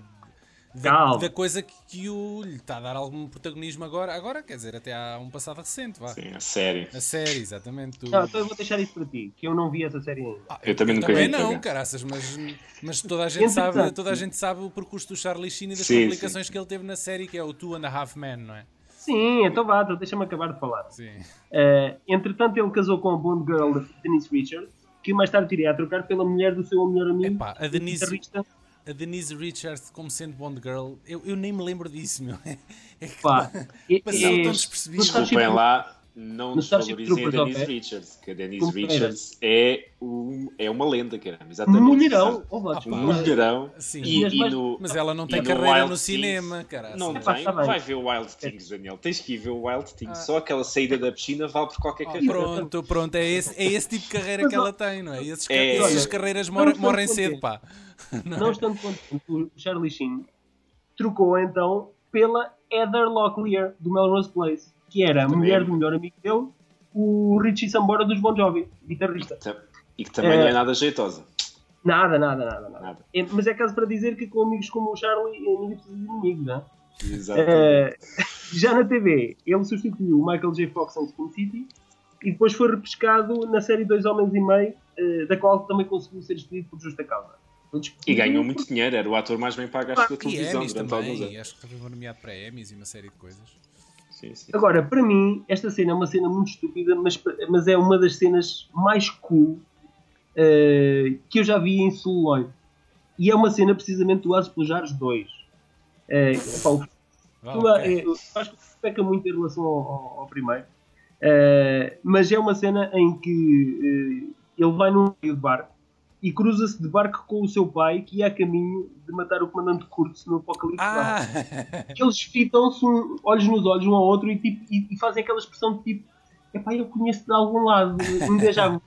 [SPEAKER 2] de-
[SPEAKER 1] Calma.
[SPEAKER 2] da coisa que, que o, lhe está a dar algum protagonismo agora. Agora, quer dizer, até há um passado recente, vá.
[SPEAKER 3] Sim, a sério.
[SPEAKER 2] A série, exatamente. do-
[SPEAKER 1] Não, então eu vou deixar isso para ti, que eu não vi essa série ainda.
[SPEAKER 2] Ah,
[SPEAKER 3] Eu também nunca
[SPEAKER 2] também
[SPEAKER 3] vi, por
[SPEAKER 2] não,
[SPEAKER 3] acaso.
[SPEAKER 2] caraças, mas, mas toda, a gente
[SPEAKER 1] Entretanto-
[SPEAKER 2] sabe, toda a gente sabe o percurso do Charlie Sheen e das
[SPEAKER 3] Sim,
[SPEAKER 2] complicações que ele teve na série, que é o Two and a Half Men, não é?
[SPEAKER 1] Sim, então vá, então deixa-me acabar de falar.
[SPEAKER 2] Sim.
[SPEAKER 1] Eh, entretanto, ele casou com a Bond Girl Denise Richards, que mais tarde iria a trocar pela mulher do seu melhor amigo,
[SPEAKER 2] Epá, a Denise-
[SPEAKER 1] guitarrista.
[SPEAKER 2] A Denise Richards como sendo Bond Girl, eu, eu nem me lembro disso, meu. É que
[SPEAKER 1] Pá, é-
[SPEAKER 2] passou
[SPEAKER 1] é-
[SPEAKER 2] tão despercebido.
[SPEAKER 1] mas sabes- tipo,
[SPEAKER 3] Desculpem lá, não
[SPEAKER 1] No Starship
[SPEAKER 3] desvalorizem a
[SPEAKER 1] Troopers,
[SPEAKER 3] Denise
[SPEAKER 1] ok?
[SPEAKER 3] Richards, que a Denise
[SPEAKER 1] Como
[SPEAKER 3] Richards é, um, é uma lenda, caramba. Exatamente.
[SPEAKER 1] um Mulherão, Oh, ó, vá,
[SPEAKER 2] Ah,
[SPEAKER 3] Um
[SPEAKER 2] pá.
[SPEAKER 1] desculpa.
[SPEAKER 3] mulherão.
[SPEAKER 2] Sim.
[SPEAKER 3] E,
[SPEAKER 1] Mas-
[SPEAKER 3] e
[SPEAKER 1] mas-
[SPEAKER 3] no,
[SPEAKER 2] Mas ela não
[SPEAKER 3] e
[SPEAKER 2] tem
[SPEAKER 3] no
[SPEAKER 2] carreira
[SPEAKER 3] Wild
[SPEAKER 2] no
[SPEAKER 3] Things-
[SPEAKER 2] cinema, assim. caraças.
[SPEAKER 3] Não
[SPEAKER 1] Epá,
[SPEAKER 3] tem.
[SPEAKER 1] tá bem.
[SPEAKER 3] Vai ver o Wild Things, Daniel. Tens que ir ver o Wild Things.
[SPEAKER 2] Ah.
[SPEAKER 3] Só aquela saída da piscina vale por qualquer
[SPEAKER 2] Ah,
[SPEAKER 3] coisa.
[SPEAKER 2] pronto, pronto, é esse, é esse tipo de carreira que ela tem, não é? Esses, car-
[SPEAKER 3] É.
[SPEAKER 2] essas
[SPEAKER 1] Olha,
[SPEAKER 2] carreiras
[SPEAKER 1] não
[SPEAKER 2] morrem,
[SPEAKER 1] estou
[SPEAKER 2] morrem
[SPEAKER 1] contente.
[SPEAKER 2] cedo, pá.
[SPEAKER 1] Não estando contente, Tipo, o Charlie Sheen trocou então pela Heather Locklear, do Melrose Place, que era a
[SPEAKER 3] Também.
[SPEAKER 1] mulher do melhor amigo dele, o Richie Sambora dos Bon Jovi, guitarrista.
[SPEAKER 3] Tam- E que também
[SPEAKER 1] É.
[SPEAKER 3] não é nada jeitosa.
[SPEAKER 1] Nada, nada, nada, nada.
[SPEAKER 3] Nada.
[SPEAKER 1] É, mas é caso para dizer que com amigos como o Charlie, ninguém precisa de inimigos, não é?
[SPEAKER 3] Exato.
[SPEAKER 1] Eh, já na TV, ele substituiu o Michael J. Fox em Spin City e depois foi repescado na série Dois Homens e Meio, eh, da qual também conseguiu ser despedido por justa causa. Ele
[SPEAKER 3] E
[SPEAKER 1] despediu-
[SPEAKER 3] ganhou muito dinheiro. Era o ator mais bem pago acho, da
[SPEAKER 2] E
[SPEAKER 3] televisão
[SPEAKER 2] é Emmys
[SPEAKER 3] durante alguns
[SPEAKER 2] também,
[SPEAKER 3] anos.
[SPEAKER 2] acho que foi nomeado para Emmys e uma série de coisas.
[SPEAKER 3] Sim, sim.
[SPEAKER 1] Agora, para mim, esta cena é uma cena muito estúpida, mas, mas é uma das cenas mais cool eh, que eu já vi em celuloid. E é uma cena precisamente do Asos Pelos 2. Eh, epá, o
[SPEAKER 2] Vá,
[SPEAKER 1] Aquilo,
[SPEAKER 2] Ah, ok.
[SPEAKER 1] é, eu acho que peca muito em relação ao, ao- ao primeiro. Eh, mas é uma cena em que eh, ele vai num meio de barco e cruza-se de barco com o seu pai que ia a caminho de matar o comandante Kurtz no Apocalipse.
[SPEAKER 2] Ah!
[SPEAKER 1] Now. Eles fitam-se um- olhos nos olhos um ao outro e, tipo, e, e fazem aquela expressão de tipo epá, eu conheço de algum lado, um déjà vu.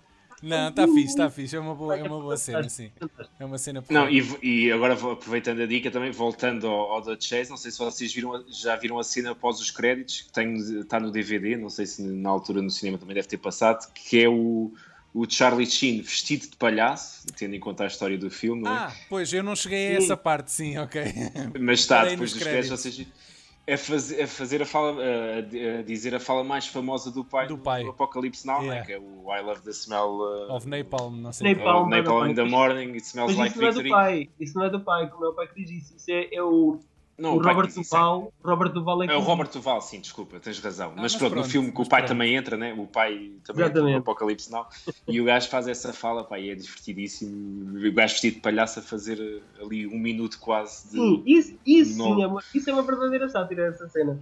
[SPEAKER 2] Não, está fixe, está fixe. É uma boa, é uma boa cena, sim. É uma cena
[SPEAKER 3] Não, e, e agora vou- aproveitando a dica também, voltando ao, ao The Chase, não sei se vocês viram, a- já viram a cena após os créditos, que tem, está no DVD, não sei se na altura no cinema também deve ter passado, que é o, o Charlie Sheen vestido de palhaço, tendo em conta a história do filme, não é?
[SPEAKER 2] Ah, pois, eu não cheguei a essa parte, sim, ok.
[SPEAKER 3] mas está
[SPEAKER 2] Parei
[SPEAKER 3] depois
[SPEAKER 2] nos
[SPEAKER 3] dos créditos,
[SPEAKER 2] créditos.
[SPEAKER 3] vocês a fazer, a fazer a fala, a, a dizer a fala mais famosa do pai
[SPEAKER 2] Do pai.
[SPEAKER 3] Apocalipse Now,
[SPEAKER 2] Yeah.
[SPEAKER 3] né, que é o I Love the Smell uh,
[SPEAKER 2] Of Napalm, não sei.
[SPEAKER 1] Napalm.
[SPEAKER 3] of Napalm in the Morning, It
[SPEAKER 1] Mas
[SPEAKER 3] Smells Like
[SPEAKER 1] isso não é do
[SPEAKER 3] Victory.
[SPEAKER 1] pai, isso não é do pai, como é o pai que diz isso, isso é, é o,
[SPEAKER 3] Não,
[SPEAKER 1] o
[SPEAKER 3] o pai
[SPEAKER 1] Robert
[SPEAKER 3] que diz isso é-
[SPEAKER 1] Duval. Robert Duval é
[SPEAKER 3] É o
[SPEAKER 1] que-
[SPEAKER 3] Robert Duval, sim, desculpa, tens razão.
[SPEAKER 2] Ah,
[SPEAKER 3] mas,
[SPEAKER 2] mas
[SPEAKER 3] pronto,
[SPEAKER 2] pronto,
[SPEAKER 3] no filme que o
[SPEAKER 2] mas
[SPEAKER 3] pai
[SPEAKER 2] pronto.
[SPEAKER 3] também entra, né? O pai também entra
[SPEAKER 1] Exatamente.
[SPEAKER 3] no Apocalipse Now. E o gajo faz essa fala, pá, e é divertidíssimo. O gajo vestido de palhaço a fazer eh, ali um minuto quase de.
[SPEAKER 1] Sim, isso, isso,
[SPEAKER 3] Hum. Não.
[SPEAKER 1] sim, é uma, isso é uma verdadeira sátira, essa cena.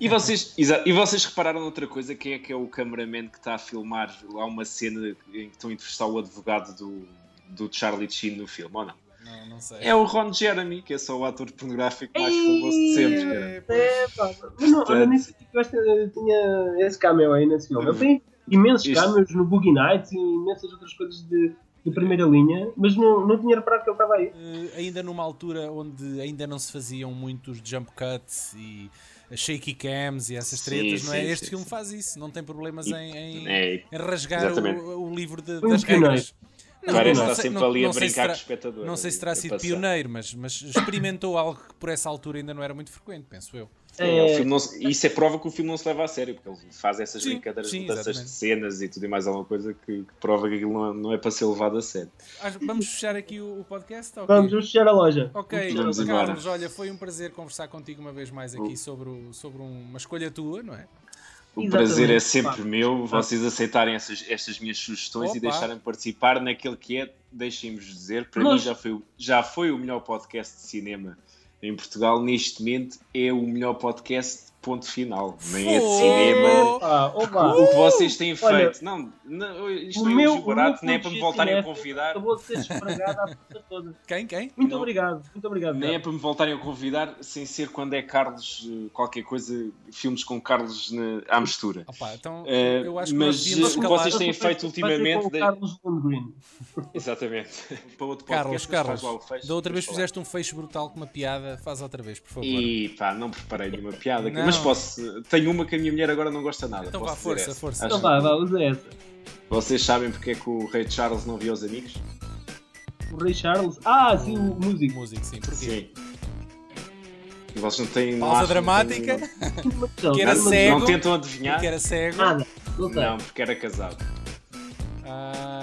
[SPEAKER 3] E, vocês, exa- e vocês repararam outra coisa, quem é que é o cameraman que está a filmar lá uma cena em que estão a entrevistar o advogado do, do Charlie Sheen no filme, ou não?
[SPEAKER 2] Não, não sei.
[SPEAKER 3] É o Ron Jeremy, que é só o ator pornográfico mais famoso de sempre, cara.
[SPEAKER 2] É, pois.
[SPEAKER 1] É, pá, mas não, olha, nem sei que eu acho que eu tinha esse cameo aí nesse filme. Eu tenho imensos
[SPEAKER 3] Isto-
[SPEAKER 1] cameos no Boogie Nights e imensas outras coisas de, de primeira linha, mas não, não tinha reparado que ele estava aí.
[SPEAKER 2] Eh, ainda numa altura onde ainda não se faziam muitos jump cuts e shaky cams e essas
[SPEAKER 3] Sim,
[SPEAKER 2] tretas, não é?
[SPEAKER 3] sim,
[SPEAKER 2] Este
[SPEAKER 3] sim,
[SPEAKER 2] filme
[SPEAKER 3] sim.
[SPEAKER 2] faz isso, não tem problemas
[SPEAKER 3] E-
[SPEAKER 2] em, em-
[SPEAKER 3] é,
[SPEAKER 2] em rasgar
[SPEAKER 3] exatamente.
[SPEAKER 2] o, o livro de-
[SPEAKER 1] Foi um
[SPEAKER 2] das
[SPEAKER 1] pioneiro.
[SPEAKER 2] regras.
[SPEAKER 3] Parece
[SPEAKER 2] não
[SPEAKER 3] estar
[SPEAKER 2] sei-
[SPEAKER 3] sempre
[SPEAKER 2] não-
[SPEAKER 3] ali a
[SPEAKER 2] não sei se
[SPEAKER 3] brincar com
[SPEAKER 2] terá-
[SPEAKER 3] o espectador.
[SPEAKER 2] Não sei se
[SPEAKER 3] tipo a
[SPEAKER 2] terá sido
[SPEAKER 3] passar.
[SPEAKER 2] pioneiro, mas, mas experimentou algo que por essa altura ainda não era muito frequente, penso eu.
[SPEAKER 3] É, o filme não se- isso é prova que o filme não se leva a sério, porque ele faz essas
[SPEAKER 2] Sim,
[SPEAKER 3] brincadeiras,
[SPEAKER 2] sim,
[SPEAKER 3] mudanças
[SPEAKER 2] exatamente.
[SPEAKER 3] de cenas e tudo e mais alguma coisa que, que prova que aquilo não, não é para ser levado a sério.
[SPEAKER 2] Acho- Vamos fechar aqui o, o podcast? ok?
[SPEAKER 1] Vamos, vamos fechar a loja.
[SPEAKER 2] Ok, Carlos,
[SPEAKER 3] Vamos embora.
[SPEAKER 2] olha, foi um prazer conversar contigo uma vez mais aqui sobre, o- sobre um- uma escolha tua, não é?
[SPEAKER 3] O
[SPEAKER 1] Exatamente,
[SPEAKER 3] prazer é
[SPEAKER 1] pá.
[SPEAKER 3] sempre meu, vocês aceitarem essas, estas minhas sugestões
[SPEAKER 2] Opa.
[SPEAKER 3] e deixarem participar naquele que é, deixem-vos dizer, para
[SPEAKER 1] Nós-
[SPEAKER 3] mim já foi, o- já foi o melhor podcast de cinema em Portugal, neste momento é o melhor podcast, ponto final, nem é de cinema.
[SPEAKER 2] Fogo!
[SPEAKER 1] Ah, opa.
[SPEAKER 3] O que vocês têm
[SPEAKER 1] Olha,
[SPEAKER 3] feito? Não, não, isto
[SPEAKER 1] o
[SPEAKER 3] não é
[SPEAKER 1] meu-
[SPEAKER 3] elogio
[SPEAKER 1] o meu
[SPEAKER 3] barato, nem é para
[SPEAKER 1] ponto
[SPEAKER 3] me voltarem a
[SPEAKER 1] cinéfilo
[SPEAKER 3] convidar.
[SPEAKER 1] Acabou de ser esfregada à puta toda.
[SPEAKER 2] Quem? Quem?
[SPEAKER 1] Muito
[SPEAKER 3] Não.
[SPEAKER 1] obrigado, muito obrigado.
[SPEAKER 3] Nem é
[SPEAKER 1] cara.
[SPEAKER 3] para me voltarem a convidar sem ser quando é Carlos, eh, qualquer coisa, filmes com Carlos na, à mistura.
[SPEAKER 2] Opa, então
[SPEAKER 3] Eh,
[SPEAKER 2] eu acho que
[SPEAKER 3] mas,
[SPEAKER 2] nós devíamos
[SPEAKER 3] eh,
[SPEAKER 2] escalar.
[SPEAKER 3] vocês têm
[SPEAKER 1] Vai ser-
[SPEAKER 3] feito
[SPEAKER 1] vai ser com
[SPEAKER 3] ultimamente
[SPEAKER 1] o
[SPEAKER 3] de-
[SPEAKER 1] Carlos Lundgren.
[SPEAKER 3] Exatamente. para outro
[SPEAKER 2] Carlos,
[SPEAKER 3] podcast, faz lá o
[SPEAKER 2] Carlos,
[SPEAKER 3] fecho,
[SPEAKER 2] da outra vez
[SPEAKER 3] depois falamos.
[SPEAKER 2] fizeste um fecho brutal com uma piada, faz outra vez, por favor.
[SPEAKER 3] E pá, não preparei nenhuma piada,
[SPEAKER 2] Não.
[SPEAKER 3] mas posso. Tenho uma que a minha mulher agora não gosta nada.
[SPEAKER 2] Então
[SPEAKER 3] posso
[SPEAKER 2] vá,
[SPEAKER 3] dizer
[SPEAKER 2] força,
[SPEAKER 3] essa.
[SPEAKER 2] força.
[SPEAKER 3] Acho
[SPEAKER 1] Então vá, vá, usa essa.
[SPEAKER 3] que Vocês sabem porque é que o Rei Charles não viu os amigos?
[SPEAKER 1] O Ray Charles. Ah, sim, o músico.
[SPEAKER 2] Músico, sim, porquê?
[SPEAKER 3] Sim. E vocês não têm. não
[SPEAKER 2] Pausa
[SPEAKER 3] acham,
[SPEAKER 2] dramática,
[SPEAKER 3] Não, têm-
[SPEAKER 2] Que era
[SPEAKER 1] Não,
[SPEAKER 3] não,
[SPEAKER 2] cego.
[SPEAKER 3] não tentam adivinhar?
[SPEAKER 2] porque era cego.
[SPEAKER 1] Nada, não sei.
[SPEAKER 3] Não, porque era casado.
[SPEAKER 2] Ah,